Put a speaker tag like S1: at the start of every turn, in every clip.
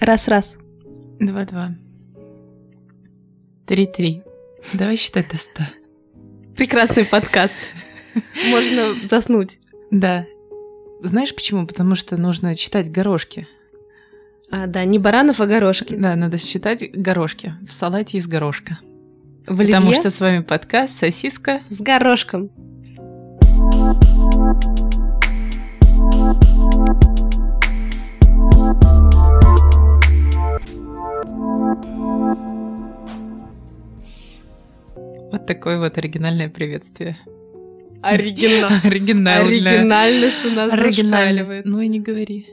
S1: Раз-раз.
S2: Два-два. Три-три. Давай считать до ста.
S1: Прекрасный подкаст. Можно заснуть.
S2: Да. Знаешь почему? Потому что нужно читать горошки.
S1: А, да, не баранов, а горошки.
S2: Да, надо считать горошки. В салате из горошка.
S1: В оливье
S2: Потому что с вами подкаст «Сосиска».
S1: с горошком.
S2: Вот такое вот оригинальное приветствие.
S1: Оригинал.
S2: Оригинальное.
S1: Оригинальность у нас
S2: Оригинальность.
S1: зашкаливает.
S2: Ну и не говори.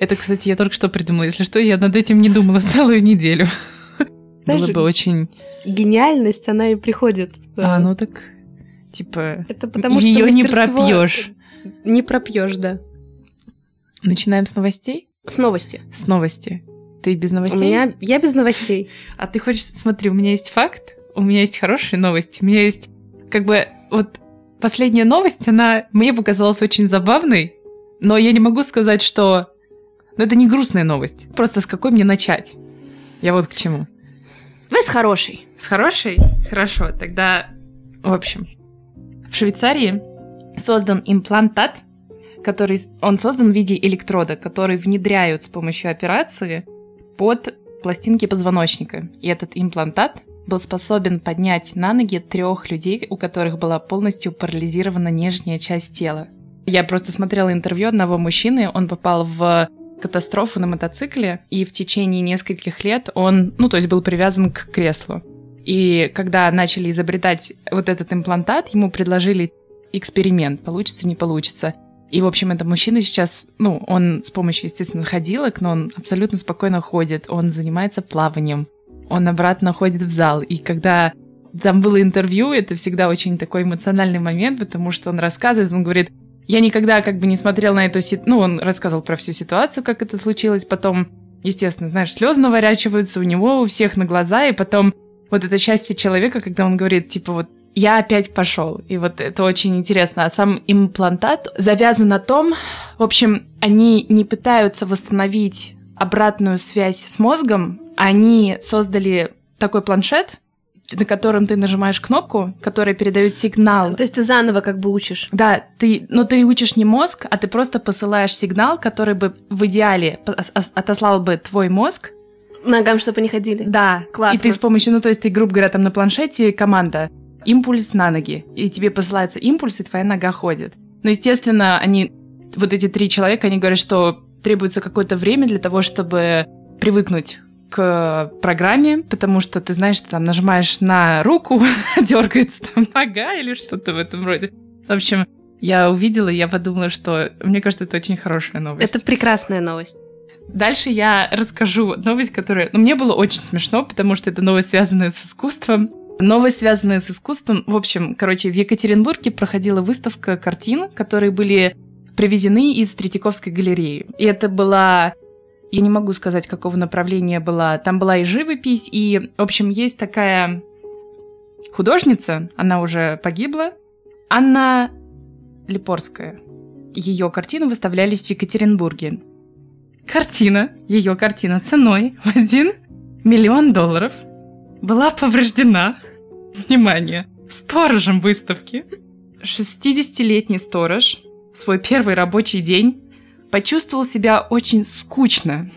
S2: Это, кстати, я только что придумала. Если что, я над этим не думала целую неделю. Было
S1: Знаешь,
S2: бы очень...
S1: Гениальность, она и приходит.
S2: А, ну так, типа...
S1: Это потому что
S2: её не
S1: мастерство-
S2: пропьёшь.
S1: Не пропьешь, да.
S2: Начинаем с новостей?
S1: С новости.
S2: С новости. Ты без
S1: У
S2: новостей?
S1: меня я без новостей.
S2: А ты хочешь... Смотри, у меня есть факт, у меня есть хорошие новости, у меня есть... Как бы вот последняя новость, она мне показалась очень забавной, но я не могу сказать, что... Ну, это не грустная новость. Просто с какой мне начать? Я вот к чему.
S1: Вы с хороший.
S2: С хорошей? Хорошо, тогда... В общем, в Швейцарии создан имплантат, который... Он создан в виде электрода, который внедряют с помощью операции под пластинки позвоночника. И этот имплантат был способен поднять на ноги трех людей, у которых была полностью парализирована нижняя часть тела. Я просто смотрела интервью одного мужчины, он попал в катастрофу на мотоцикле, и в течение нескольких лет он, ну, то есть был привязан к креслу. И когда начали изобретать вот этот имплантат, ему предложили эксперимент, получится, не получится. И, в общем, этот мужчина сейчас, ну, он с помощью, естественно, ходилок, но он абсолютно спокойно ходит, он занимается плаванием, он обратно ходит в зал. И когда там было интервью, это всегда очень такой эмоциональный момент, потому что он рассказывает, он говорит, я никогда как бы не смотрел на эту ситуацию, ну, он рассказывал про всю ситуацию, как это случилось, потом, естественно, знаешь, слезы наворачиваются у него, у всех на глаза, и потом вот это счастье человека, когда он говорит, типа, вот я опять пошел. И вот это очень интересно. А сам имплантат завязан на том, в общем, они не пытаются восстановить обратную связь с мозгом, они создали такой планшет, на котором ты нажимаешь кнопку, которая передает сигнал
S1: То есть ты заново как бы учишь.
S2: да, ты, но ты учишь не мозг, а ты просто посылаешь сигнал, который бы в идеале по- ос- ос- отослал бы твой мозг.
S1: Ногам, чтобы не ходили.
S2: Да,
S1: классно.
S2: И ты с помощью, ну то есть ты, грубо говоря, там на планшете команда импульс на ноги, и тебе посылается импульс, и твоя нога ходит. Но, естественно, они, вот эти три человека, они говорят, что требуется какое-то время для того, чтобы привыкнуть к программе, потому что ты знаешь, ты там нажимаешь на руку, дергается там нога или что-то в этом роде. В общем, я увидела, я подумала, что мне кажется, это очень хорошая новость.
S1: Это прекрасная новость.
S2: Дальше я расскажу новость, которая... Ну, мне было очень смешно, потому что это новость, связанная с искусством. Новость, связанная с искусством. В общем, короче, в Екатеринбурге проходила выставка картин, которые были привезены из Третьяковской галереи. И это была... Я не могу сказать, какого направления была. Там была и живопись, и, в общем, есть такая художница, она уже погибла, Анна Липорская. Ее картины выставлялись в Екатеринбурге. Картина, ее картина ценой в 1 миллион долларов была повреждена, внимание, сторожем выставки. 60-летний сторож в свой первый рабочий день почувствовал себя очень скучно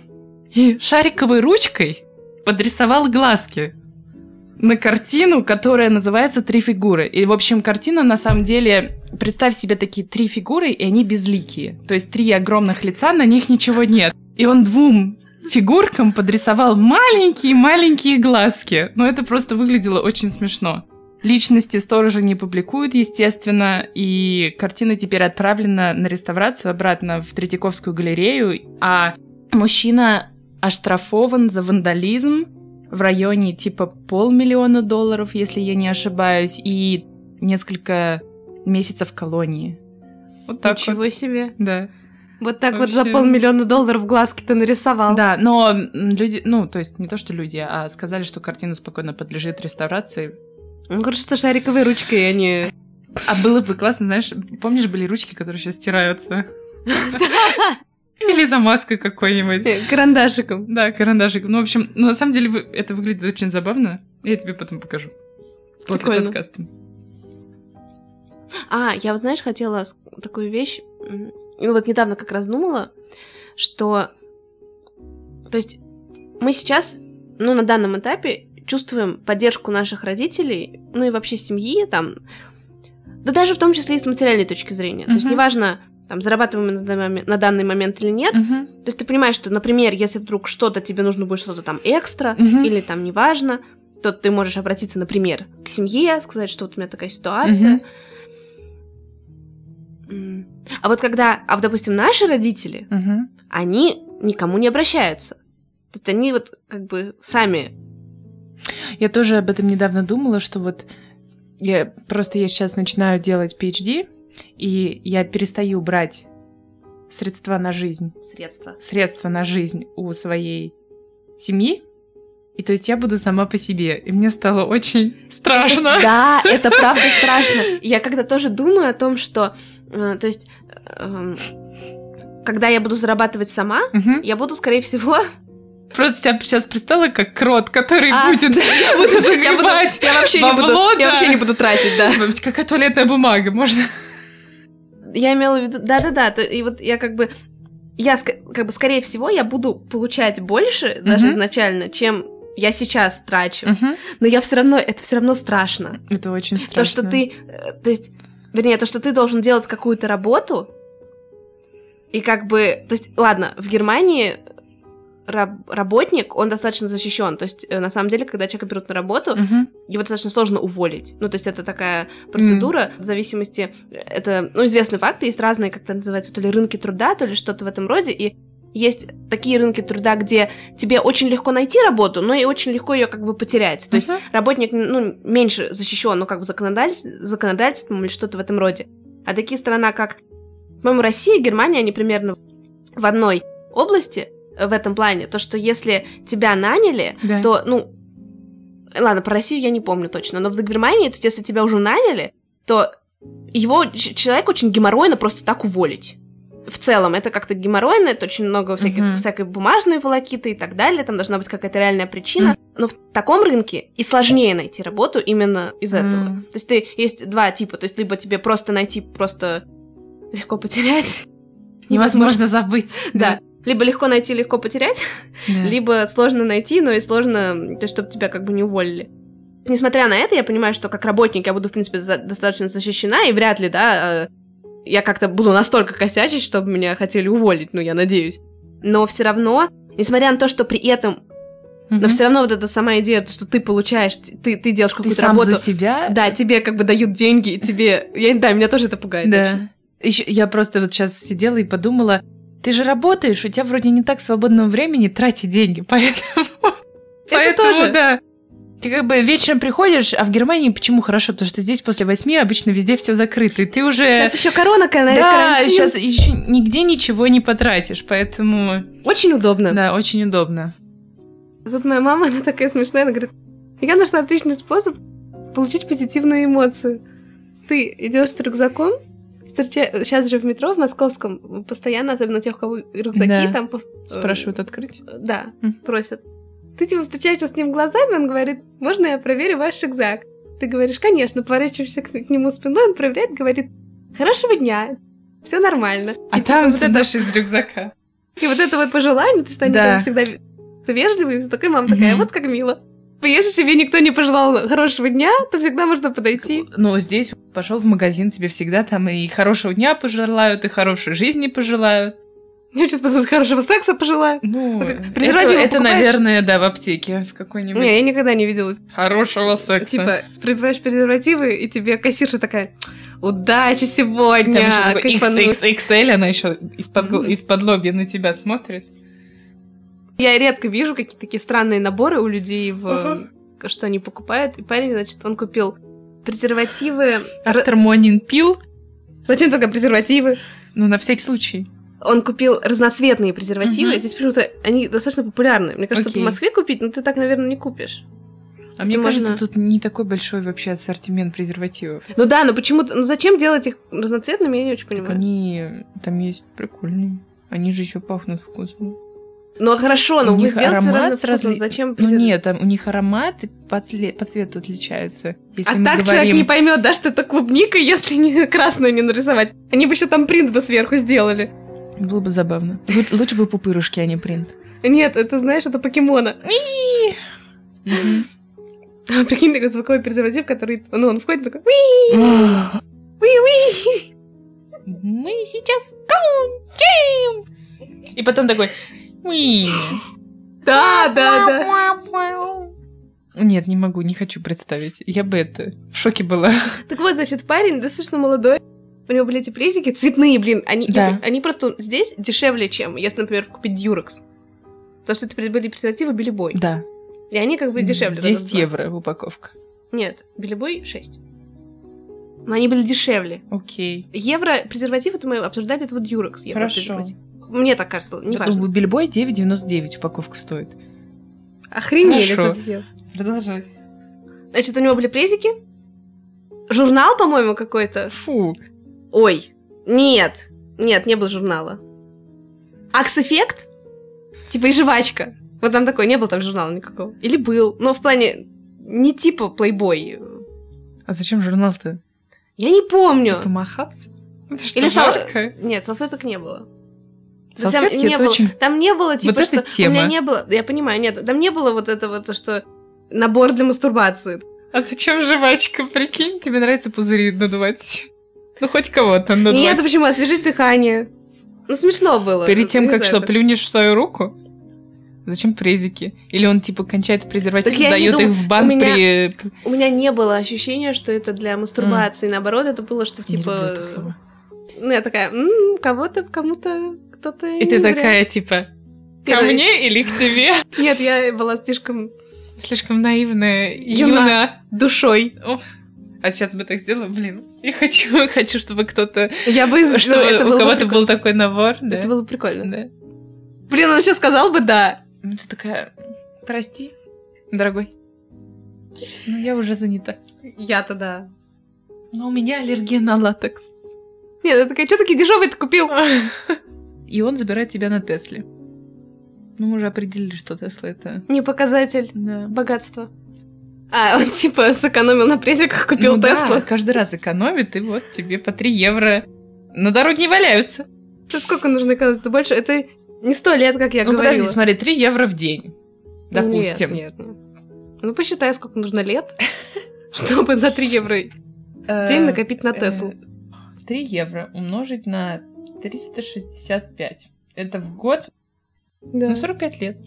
S2: и шариковой ручкой подрисовал глазки на картину, которая называется «Три фигуры». И, в общем, картина, на самом деле, представь себе такие три фигуры, и они безликие. То есть три огромных лица, на них ничего нет. И он двум фигуркам подрисовал маленькие-маленькие глазки. Но это просто выглядело очень смешно. Личности сторожа не публикуют, естественно, и картина теперь отправлена на реставрацию обратно в Третьяковскую галерею, а мужчина оштрафован за вандализм в районе типа полмиллиона долларов, если я не ошибаюсь, и несколько месяцев колонии. Вот так вот.
S1: Ничего себе.
S2: Да.
S1: Вот так вот за
S2: Вообще.
S1: полмиллиона долларов глазки ты нарисовал.
S2: Да, но м, люди, ну, то есть не то, что люди, а сказали, что картина спокойно подлежит реставрации.
S1: Ну, хорошо, что шариковой ручкой, а не...
S2: А было бы классно, знаешь, помнишь, были ручки, которые сейчас стираются? Или за маской какой-нибудь.
S1: Э, Карандашиком.
S2: Да, карандашик. Ну, в общем, ну, на самом деле вы- это выглядит очень забавно. Я тебе потом покажу. После
S1: Прикольно.
S2: подкаста.
S1: А, я вот, знаешь, хотела с- такую вещь. м, Ну, вот недавно как раз думала, что... То есть мы сейчас, ну, на данном этапе чувствуем поддержку наших родителей, ну и вообще семьи там. Да даже в том числе и с материальной точки зрения. То есть
S2: Мгм.
S1: неважно, там, зарабатываем мы на данный момент- на данный момент или нет,
S2: Мгм.
S1: То есть ты понимаешь, что, например, если вдруг что-то тебе нужно будет что-то там экстра
S2: Мгм.
S1: или там неважно, то ты можешь обратиться, например, к семье, сказать, что вот у меня такая ситуация. М. А вот когда, а вот, допустим, наши родители,
S2: Мгм.
S1: они никому не обращаются. То есть они вот как бы сами.
S2: Я тоже об этом недавно думала, что вот я просто я сейчас начинаю делать PhD, и я перестаю брать средства на жизнь,
S1: Средства.
S2: средства на жизнь у своей семьи, и то есть я буду сама по себе, и мне стало очень страшно.
S1: Да, это правда страшно. Я когда тоже думаю о том, что, э, то есть, эм, когда я буду зарабатывать сама,
S2: Мгм.
S1: я буду, скорее всего,
S2: Просто тебя сейчас пристала как крот, который
S1: А,
S2: будет
S1: я буду- я буду-
S2: загребать
S1: я вообще не буду-
S2: бабло,
S1: я
S2: да.
S1: вообще не буду тратить, да.
S2: Какая туалетная бумага, можно?
S1: Я имела в виду, да-да-да, то- и вот я как бы, я ск- как бы, скорее всего, я буду получать больше даже
S2: Мгм.
S1: изначально, чем я сейчас трачу. Но я все равно, это все равно страшно.
S2: Это очень страшно.
S1: То, что ты, э, то есть, вернее, то, что ты должен делать какую-то работу, и как бы, то есть, ладно, в Германии раб- работник, он достаточно защищен. То есть, э, на самом деле, когда человека берут на работу,
S2: Мгм.
S1: его достаточно сложно уволить. Ну, то есть это такая процедура, в зависимости, это, ну, известный факт, есть разные, как это называется, то ли рынки труда, то ли что-то в этом роде, и есть такие рынки труда, где тебе очень легко найти работу, но и очень легко ее как бы потерять. То есть
S2: Мгм.
S1: работник, ну, меньше защищен, ну, как бы законодатель- законодательством или что-то в этом роде. А такие страны, как, по-моему, Россия и Германия, они примерно в одной области э, в этом плане, то, что если тебя наняли,
S2: Да.
S1: то, ну, ладно, про Россию я не помню точно, но в Германии, то есть если тебя уже наняли, то его ч- человек очень геморройно просто так уволить. В целом, это как-то геморройно, это очень много всяких,
S2: Мгм.
S1: всякой бумажной волокиты и так далее, там должна быть какая-то реальная причина. Но в таком рынке и сложнее найти работу именно из этого.
S2: М.
S1: То есть ты, есть два типа, то есть либо тебе просто найти, просто легко потерять,
S2: Невозможно забыть.
S1: да, либо легко найти, легко потерять,
S2: Да.
S1: либо сложно найти, но и сложно, м, то есть, чтобы тебя как бы не уволили. Несмотря на это, я понимаю, что как работник я буду, в принципе, за- достаточно защищена, и вряд ли, да, э, я как-то буду настолько косячить, чтобы меня хотели уволить, ну, я надеюсь. Но все равно, несмотря на то, что при этом,
S2: Мгм.
S1: но все равно вот эта сама идея, то, что ты получаешь, т- ты, ты делаешь
S2: Ты
S1: какую-то
S2: сам
S1: работу,
S2: за себя.
S1: да, тебе как бы дают деньги, и тебе, я, да, меня тоже это пугает. очень.
S2: Да. Ещё я просто вот сейчас сидела и подумала, ты же работаешь, у тебя вроде не так свободного времени, трати деньги, поэтому... Поэтому,
S1: тоже.
S2: да. Ты как бы вечером приходишь, а в Германии почему хорошо? Потому что здесь после восьми обычно везде все закрыто, и ты уже...
S1: Сейчас еще корона, кон-
S2: да,
S1: карантин.
S2: сейчас еще нигде ничего не потратишь, поэтому
S1: Очень удобно.
S2: да, очень удобно.
S1: Тут моя мама, она такая смешная, она говорит, я нашла отличный способ получить позитивную эмоцию. Ты идешь с рюкзаком, сейчас же в метро, в московском, постоянно, особенно у тех, у кого рюкзаки
S2: Да.
S1: там... пов- э,
S2: Спрашивают открыть.
S1: Да,
S2: Мгм.
S1: просят. Ты типа встречаешься с ним глазами, он говорит, можно я проверю ваш рюкзак? Ты говоришь, конечно, поворачиваешься к, к нему спиной, он проверяет, говорит, хорошего дня, все нормально.
S2: А
S1: И, типа,
S2: там
S1: вот
S2: ты
S1: это
S2: дашь из рюкзака.
S1: и вот это вот пожелание, то, что они
S2: Да.
S1: там всегда ви- вежливые, все такое, мама такая,
S2: Мгм.
S1: вот как мило. Если тебе никто не пожелал хорошего дня, то всегда можно подойти.
S2: Ну, здесь пошел в магазин, тебе всегда там и хорошего дня пожелают, и хорошей жизни пожелают.
S1: Мне сейчас потом хорошего секса пожелаю.
S2: Ну,
S1: Ну, как
S2: это,
S1: презервативы
S2: это,
S1: покупаешь?
S2: наверное, да, в аптеке в какой-нибудь.
S1: Не, я никогда не видела.
S2: Хорошего секса.
S1: Типа, прибираешь презервативы, и тебе кассирша такая, удачи
S2: Там
S1: сегодня,
S2: ещё такой
S1: кайфануй».
S2: XXXL, она еще из-под, гл-
S1: Мгм.
S2: из-под лобья на тебя смотрит.
S1: Я редко вижу какие-то такие странные наборы у людей, в,
S2: Ага.
S1: э, что они покупают. И парень, значит, он купил презервативы.
S2: After morning pill,
S1: Зачем тогда презервативы?
S2: ну, на всякий случай.
S1: Он купил разноцветные презервативы.
S2: Мгм.
S1: Здесь почему-то они достаточно популярны. Мне кажется,
S2: Окей.
S1: в Москве купить, но ты так, наверное, не купишь.
S2: А мне
S1: Что
S2: кажется,
S1: можно-
S2: тут не такой большой вообще ассортимент презервативов.
S1: Ну да, но почему-то... Ну зачем делать их разноцветными, я не очень
S2: Так
S1: понимаю.
S2: они там есть прикольные. Они же еще пахнут вкусно.
S1: Ну а хорошо, но
S2: У
S1: вы
S2: них
S1: сделаете
S2: аромат
S1: разным
S2: сразу-
S1: вкусом, зачем?
S2: Ну
S1: презент-
S2: нет, там у них аромат по, цле- по цвету отличается. Если
S1: а
S2: мы
S1: так человек
S2: говорим-
S1: не поймет, да, что это клубника, если не красную не нарисовать. Они бы еще там принт бы сверху сделали.
S2: Было бы забавно. Лу- Лучше бы пупырышки, а не принт.
S1: Нет, это знаешь, это покемона. А прикинь, такой звуковой презерватив, который, ну, он входит такой. «Уи».
S2: Мы сейчас кончим! И потом такой... «Уи».
S1: Да, да, да.
S2: Нет, не могу, не хочу представить. Я бы это... В шоке была.
S1: Так вот, значит, парень достаточно молодой. У него были эти плезики цветные, блин. Они, я
S2: Да.
S1: пон- они просто здесь дешевле, чем если, например, купить дюрекс. Потому что это при- были презервативы Билибой.
S2: Да.
S1: И они как бы дешевле. раза в
S2: 10
S1: два.
S2: евро упаковка.
S1: Нет, Билибой 6. Но они были дешевле.
S2: Окей.
S1: Евро презерватив, это мы обсуждали, это вот дюрекс. Евро
S2: Хорошо.
S1: Мне так кажется, не важно.
S2: У Бильбой 9,99 упаковка стоит.
S1: Охренели
S2: Хорошо.
S1: совсем.
S2: Продолжай.
S1: Значит, у него были презики. Журнал, по-моему, какой-то.
S2: Фу.
S1: Ой, нет, нет, не было журнала. Акс Эффект? Типа и жвачка. Вот там такой, не было там журнала никакого. Или был, но в плане не типа плейбой.
S2: А зачем журнал-то?
S1: Я не помню.
S2: Типа махаться? Это что,
S1: Или сал-
S2: жарко?
S1: Нет, салфеток не было. Да
S2: Салфетки
S1: там, не
S2: это
S1: было,
S2: очень-
S1: там не было, типа,
S2: Вот это
S1: что...
S2: тема.
S1: У меня не было, я понимаю, нет, там не было вот этого, то, что набор для мастурбации.
S2: А зачем жвачка, прикинь? Тебе нравится пузыри надувать? Ну, хоть кого-то надувать.
S1: нет, почему? Освежить дыхание. Ну, смешно было.
S2: Перед тем,
S1: Не
S2: как
S1: знаю,
S2: что,
S1: так.
S2: плюнешь в свою руку? Зачем презики? Или он, типа, кончает в презерватив,
S1: Так я не
S2: сдает
S1: думаю,
S2: их в банк
S1: у меня- типа,
S2: при...
S1: У меня не было ощущения, что это для мастурбации. Наоборот, это было, что
S2: Не люблю
S1: типа...
S2: это слово.
S1: Ну, я такая, «М, кого-то, кому-то, кто-то...
S2: И ты такая, типа, ко
S1: Первый.
S2: мне или к тебе?
S1: Нет, я была слишком
S2: Слишком наивная, юна.
S1: Юна. душой.
S2: О, А сейчас бы так сделала, блин. Я хочу, хочу, чтобы кто-то...
S1: Я бы... ну,
S2: Чтобы
S1: это
S2: у
S1: было бы
S2: кого-то
S1: прик-
S2: был такой набор, да?
S1: Это было прикольно.
S2: Да.
S1: Блин, он еще сказал бы «да».
S2: Ну, ты такая, прости, дорогой. Ну, я уже занята.
S1: Я-то да.
S2: Но у меня аллергия на латекс.
S1: Нет, я такая, что такие дешевые ты купил?
S2: И он забирает тебя на Тесле. Ну, мы уже определили, что Тесла это...
S1: Не показатель
S2: Да.
S1: богатства. А, он типа сэкономил на презиках, купил
S2: Ну да,
S1: Теслу.
S2: каждый раз экономит, и вот тебе по 3 евро на дороге не валяются.
S1: Это сколько нужно экономить? Это больше? Это не сто лет, как я
S2: ну,
S1: говорила.
S2: подожди, смотри, 3 евро в день. Допустим.
S1: Нет, нет, нет. Ну, посчитай, сколько нужно лет, чтобы за 3 евро в день накопить на
S2: Э,
S1: Теслу.
S2: 3 Э, евро умножить на 365. Это в год,
S1: Да.
S2: ну, 45 лет.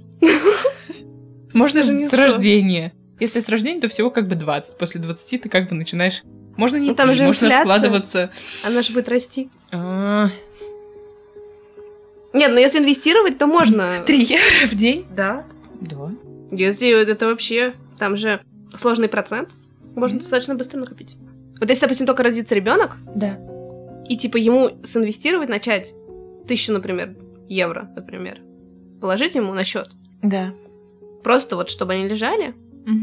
S2: Можно
S1: Даже
S2: же
S1: не
S2: с
S1: знала.
S2: рождения. Если с рождения, то всего как бы 20. После 20 ты как бы начинаешь... Можно не
S1: Ну, там
S2: пить,
S1: же
S2: можно
S1: инфляция.
S2: вкладываться.
S1: Она же будет расти.
S2: А,
S1: Нет, ну если инвестировать, то можно.
S2: Три евро в день?
S1: Да.
S2: Да.
S1: Если это вообще... Там же сложный процент. Можно
S2: Мгм.
S1: достаточно быстро накопить. Вот если, допустим, только родится ребенок,
S2: Да.
S1: и типа ему синвестировать, начать тысячу, например, евро, например, положить ему на счет,
S2: Да.
S1: просто вот чтобы они лежали,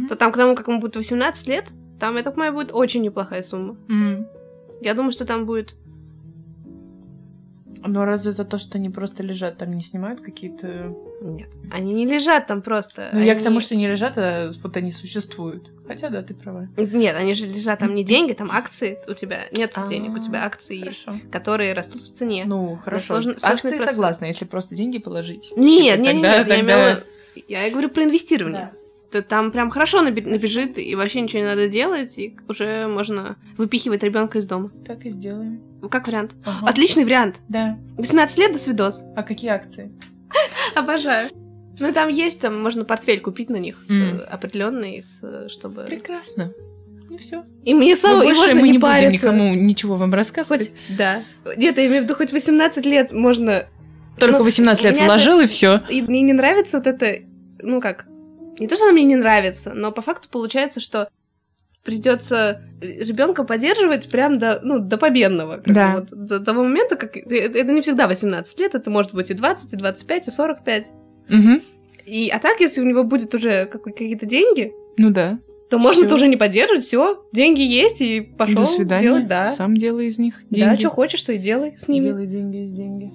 S1: то там к тому, как ему будет 18 лет, там, я так понимаю, будет очень неплохая сумма. Я думаю, что там будет...
S2: Но разве за то, что они просто лежат, там не снимают какие-то...
S1: Нет. Они не лежат там просто.
S2: Ну, я к
S1: они-
S2: тому, что не лежат, а вот они существуют. Хотя, да, ты права.
S1: Нет, они же лежат там не деньги, там акции у тебя. Нет
S2: А,
S1: денег, у тебя акции есть,
S2: Хорошо.
S1: которые растут в цене.
S2: Ну, хорошо.
S1: сложно- сложный
S2: Акции
S1: процесс.
S2: согласна, если просто деньги положить.
S1: нет, нет, нет,
S2: Ну, типа, тогда-
S1: нет, я
S2: тогда-
S1: имела- Я и говорю про инвестирование. То там прям хорошо наби- набежит, и вообще ничего не надо делать, и уже можно выпихивать ребенка из дома.
S2: Так и сделаем.
S1: Как вариант.
S2: Ага.
S1: Отличный вариант.
S2: Да.
S1: 18 лет до свидос.
S2: А какие акции?
S1: Обожаю. Ну, там есть, там можно портфель купить на них
S2: М.
S1: э, определенный, с, э, чтобы...
S2: Прекрасно. Ну все.
S1: И мне самое, и
S2: больше
S1: можно
S2: мы
S1: не,
S2: не будем
S1: париться.
S2: никому ничего вам рассказывать.
S1: Хоть, да. Нет, я имею в виду, хоть 18 лет можно...
S2: Только
S1: Ну,
S2: 18 лет
S1: у меня же-
S2: вложил, и все.
S1: И мне не нравится вот это... Ну как? Не то, что она мне не нравится, но по факту получается, что придется ребенка поддерживать прям до, ну, до победного. как бы
S2: Да.
S1: вот до того момента, как... э, Это не всегда 18 лет, это может быть и 20, и 25, и 45.
S2: Угу.
S1: И, а так, если у него будет уже как- какие-то деньги,
S2: Ну да.
S1: то можно
S2: Всё.
S1: тоже не поддерживать, все, деньги есть, и пошел
S2: До свидания.
S1: делать, да.
S2: Сам делай из них деньги.
S1: Да, что хочешь, то и делай с ними.
S2: деньги из деньги.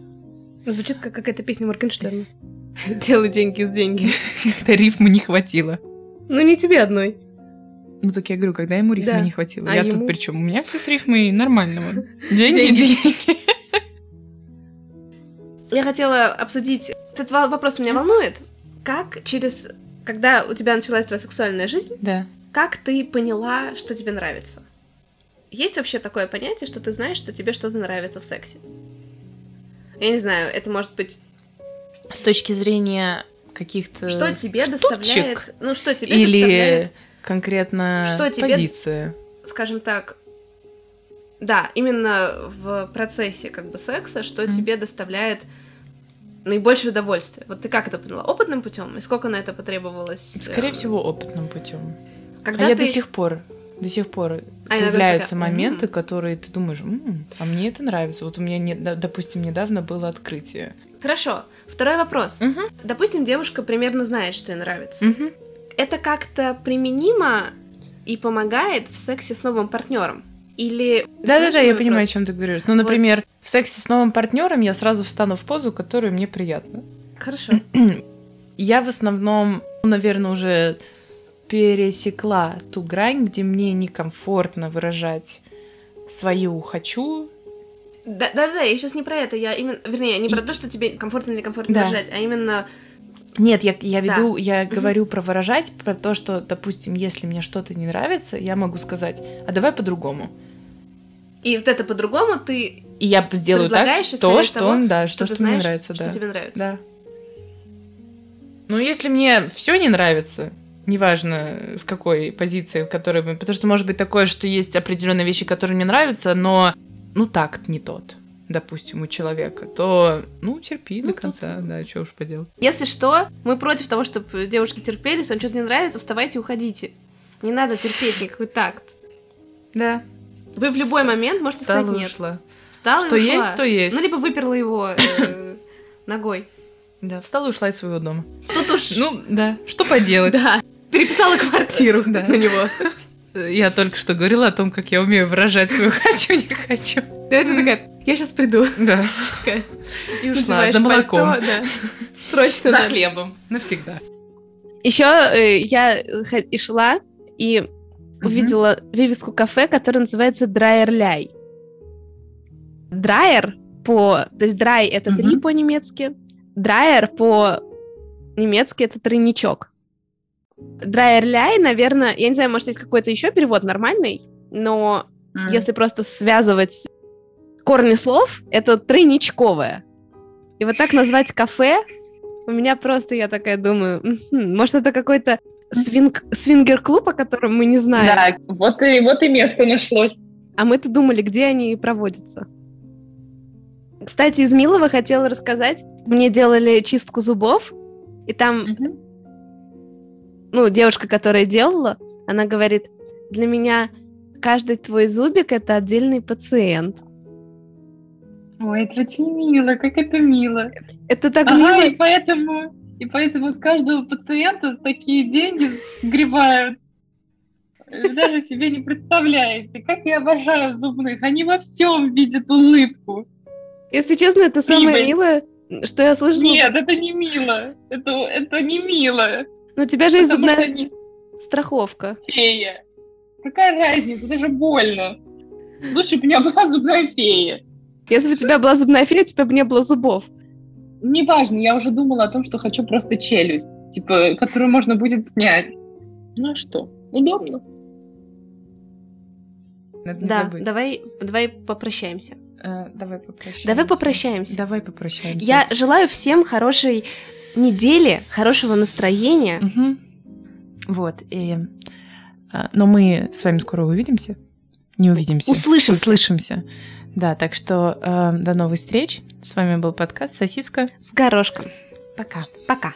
S1: Звучит как какая-то песня Моргенштерна. Делай деньги с деньги.
S2: Когда рифмы не хватило.
S1: Ну, не тебе одной.
S2: Ну так я говорю, когда ему рифмы
S1: Да.
S2: не хватило.
S1: А
S2: я
S1: ему?
S2: тут причем у меня все с рифмой нормально. вот. Деньги,
S1: Деньги.
S2: деньги.
S1: Я хотела обсудить... Этот ва- вопрос меня волнует. Как через... Когда у тебя началась твоя сексуальная жизнь,
S2: Да.
S1: как ты поняла, что тебе нравится? Есть вообще такое понятие, что ты знаешь, что тебе что-то нравится в сексе? Я не знаю, это может быть...
S2: С точки зрения каких-то
S1: Что тебе
S2: Э, штучек
S1: доставляет... Ну, что тебе доставляет,
S2: или конкретно
S1: Что тебе-
S2: позиция.
S1: скажем так... Да, именно в процессе как бы секса, что
S2: Мгм.
S1: тебе доставляет наибольшее удовольствие. Вот ты как это поняла? Опытным путем? И сколько на это потребовалось?
S2: Скорее
S1: эм,
S2: всего, опытным путем.
S1: Когда
S2: а я
S1: ты-
S2: до сих пор, до сих пор
S1: А иногда
S2: появляются
S1: такая,
S2: моменты,
S1: «М».
S2: которые ты думаешь, «М, а мне это нравится. Вот у меня, не- да- допустим, недавно было открытие.
S1: Хорошо. Второй вопрос.
S2: Мгм.
S1: Допустим, девушка примерно знает, что ей нравится.
S2: Мгм.
S1: Это как-то применимо и помогает в сексе с новым партнером? Или...
S2: Да-да-да,
S1: Знаешь,
S2: я
S1: мой
S2: понимаю, о
S1: вопрос?
S2: чем ты говоришь. Ну, например, в сексе с новым партнером я сразу встану в позу, которую мне приятно.
S1: Хорошо.
S2: Я в основном, наверное, уже пересекла ту грань, где мне некомфортно выражать свою «хочу»,
S1: Да-да-да, я сейчас не про это, я именно... Вернее, не про то, что тебе комфортно или некомфортно
S2: Да.
S1: держать, а именно...
S2: Нет, я, я
S1: Да.
S2: веду, я
S1: Мгм.
S2: говорю про выражать, про то, что, допустим, если мне что-то не нравится, я могу сказать, а давай по-другому.
S1: И вот это по-другому ты...
S2: И я сделаю так,
S1: Предлагаешь,
S2: что,
S1: исходя из
S2: что,
S1: того,
S2: он, да, что,
S1: Что, ты
S2: что мне
S1: знаешь,
S2: нравится,
S1: что
S2: да.
S1: тебе нравится.
S2: Да. Ну, если мне все не нравится, неважно в какой позиции, в которой мы, потому что может быть такое, что есть определенные вещи, которые мне нравятся, но ну такт не тот, допустим, у человека, то ну терпи
S1: Ну,
S2: до
S1: тут-
S2: конца, да, что уж поделать.
S1: Если что, мы против того, чтобы девушки терпели, если вам что-то не нравится, вставайте и уходите. Не надо терпеть никакой такт.
S2: Да.
S1: Вы в любой момент можете
S2: Встала,
S1: сказать нет.
S2: ушла.
S1: Встала
S2: Что
S1: и ушла.
S2: есть, то есть.
S1: Ну, либо выперла его э, ногой.
S2: Да, встала и ушла из своего дома.
S1: Тут уж...
S2: Ну, да, что поделать.
S1: Да. Переписала квартиру
S2: Да.
S1: на него.
S2: Я только что говорила о том, как я умею выражать свою хочу, не хочу.
S1: Я такая, я сейчас приду.
S2: Да.
S1: Такая,
S2: И ушла
S1: надеваешь
S2: за молоком.
S1: пальто, да. Срочно.
S2: За
S1: да.
S2: хлебом. Навсегда.
S1: Еще э, я хо- и шла и увидела вывеску кафе, которое называется Драйер Ляй. Драйер по... То есть драй — это три
S2: Мгм.
S1: по-немецки. Драйер по-немецки — это тройничок. Драйер Ляй, наверное... Я не знаю, может, есть какой-то еще перевод нормальный, но если просто связывать корни слов, это тройничковое. И вот так назвать кафе, у меня просто, я такая думаю, «Мгм, может, это какой-то свинг, свингер-клуб, о котором мы не знаем.
S3: Да, вот и, вот и место нашлось.
S1: А мы-то думали, где они проводятся. Кстати, из Милова хотела рассказать. Мне делали чистку зубов, и там
S3: Мгм.
S1: ну, девушка, которая делала, она говорит, для меня каждый твой зубик — это отдельный пациент.
S3: Ой, это очень мило, как это мило.
S1: Это так
S3: Ага,
S1: мило.
S3: и поэтому, и поэтому с каждого пациента такие деньги сгребают. Вы даже себе не представляете, как я обожаю зубных. Они во всем видят улыбку.
S1: Если честно, это самое
S3: Прибыль.
S1: милое, что я слышала.
S3: Нет, это не мило. Это, это не мило.
S1: Но у тебя же есть
S3: Потому что
S1: зубная
S3: они
S1: страховка.
S3: фея. Какая разница, даже больно. Лучше бы у меня была зубная фея.
S1: Если бы у тебя была зубная фея, у тебя бы не было зубов.
S3: Неважно, я уже думала о том, что хочу просто челюсть, типа, которую можно будет снять. Ну а что, удобно.
S2: Надо не забыть.
S1: давай, давай попрощаемся.
S2: Э, Давай попрощаемся.
S1: Давай попрощаемся.
S2: Давай попрощаемся.
S1: Я желаю всем хорошей недели, хорошего настроения.
S2: Мгм. Вот. и, а, Но мы с вами скоро увидимся. Не увидимся.
S1: Услышимся.
S2: Услышимся. Да, так что э, до новых встреч. С вами был подкаст «Сосиска».
S1: С горошком.
S2: Пока.
S1: Пока.